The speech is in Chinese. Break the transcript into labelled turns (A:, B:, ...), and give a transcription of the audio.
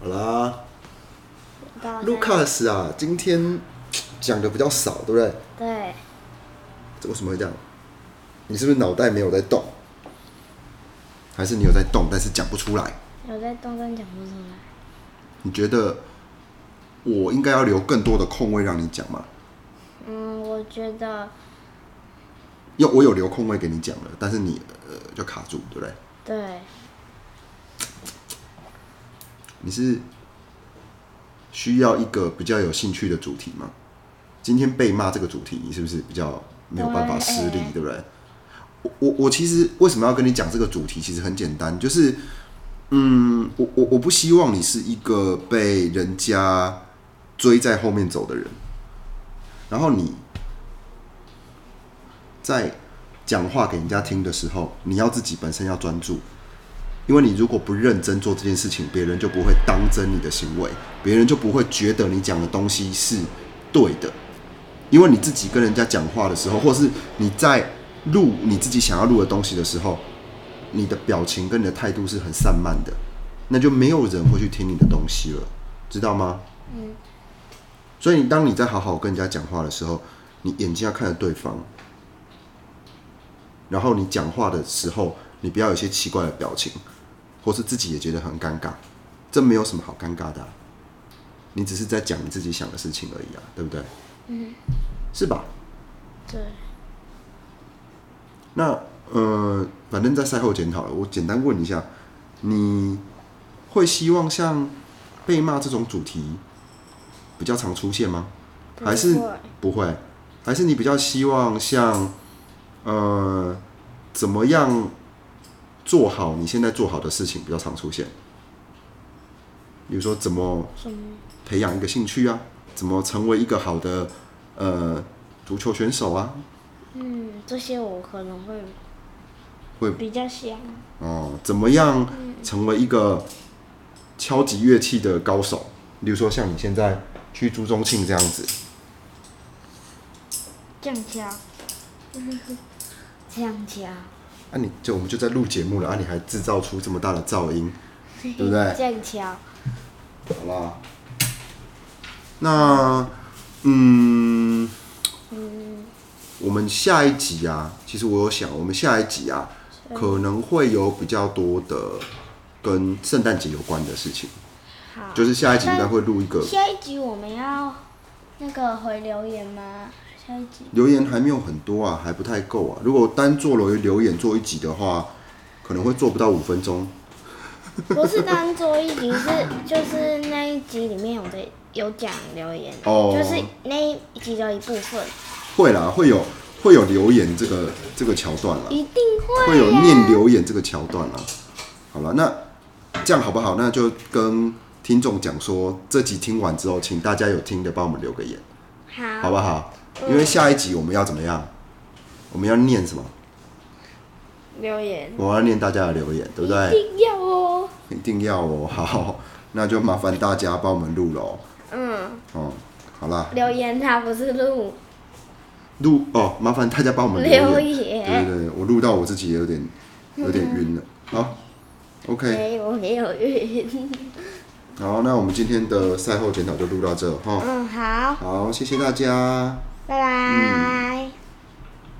A: 好啦
B: 到
A: ，Lucas 啊，今天讲的比较少，对不对？
B: 对，
A: 这为什么会这样？你是不是脑袋没有在动？还是你有在动，但是讲不出来？
B: 有在动但讲不出来。
A: 你觉得我应该要留更多的空位让你讲吗？
B: 嗯，我觉得
A: 有，我有留空位给你讲了，但是你呃就卡住，对不对？
B: 对，
A: 你是需要一个比较有兴趣的主题吗？今天被骂这个主题，你是不是比较没有办法施力，对不对？我我我其实为什么要跟你讲这个主题？其实很简单，就是嗯，我我我不希望你是一个被人家追在后面走的人，然后你在讲话给人家听的时候，你要自己本身要专注，因为你如果不认真做这件事情，别人就不会当真你的行为，别人就不会觉得你讲的东西是对的。因为你自己跟人家讲话的时候，或是你在录你自己想要录的东西的时候，你的表情跟你的态度是很散漫的，那就没有人会去听你的东西了，知道吗？嗯。所以，当你在好好跟人家讲话的时候，你眼睛要看着对方，然后你讲话的时候，你不要有一些奇怪的表情，或是自己也觉得很尴尬，这没有什么好尴尬的啊、你只是在讲你自己想的事情而已啊，对不对？是吧？
B: 对，
A: 那呃，反正在赛后检讨了，我简单问一下，你会希望像被骂这种主题比较常出现吗？
B: 不
A: 还是
B: 会
A: 不会？还是你比较希望像呃怎么样做好你现在做好的事情比较常出现？比如说怎么
B: 什么？
A: 培养一个兴趣啊，怎么成为一个好的呃足球选手啊，
B: 嗯，这些我可能会
A: 会
B: 比较想。
A: 哦，怎么样成为一个敲击乐器的高手？比如说像你现在去朱宗庆这样子，
B: 降价，降价，
A: 啊，你就我们就在录节目了啊，你还制造出这么大的噪音，对不对？
B: 降价，
A: 好啦，那嗯我们下一集啊，其实我有想，我们下一集啊，可能会有比较多的跟圣诞节有关的事情，
B: 好。
A: 就是下一集应该会录一个
B: 下一集我们要那个回留言吗？下一集
A: 留言还没有很多啊，还不太够啊。如果单做留留言做一集的话，可能会做不到五分钟。
B: 不是单做一集，是就是那一集里面有的有讲留言，
A: 哦
B: 就是那一集的一部分，
A: 会啦，会有会有留言这个这个桥段啦，
B: 一定会啊
A: 会有
B: 呀
A: 念留言这个桥段啦。好了，那这样好不好？那就跟听众讲说，这集听完之后，请大家有听的帮我们留个言，
B: 好，
A: 好不嗯好？因为下一集我们要怎么样？我们要念什么？
B: 留言，
A: 我要念大家的留言，对不对？
B: 一定要哦。
A: 一定要哦，好，那就麻烦大家帮我们录喽。
B: 嗯，
A: 哦，好啦，
B: 留言它不是录，
A: 录哦，麻烦大家帮我们
B: 留
A: 留嗯
B: 言
A: 对对对，我录到我自己也有点有点晕了。好，OK，
B: 没有没有晕。
A: 好，那我们今天的赛后检讨就录到这哈。
B: 嗯嗯，好，
A: 好，谢谢大家。嗯
B: 拜拜。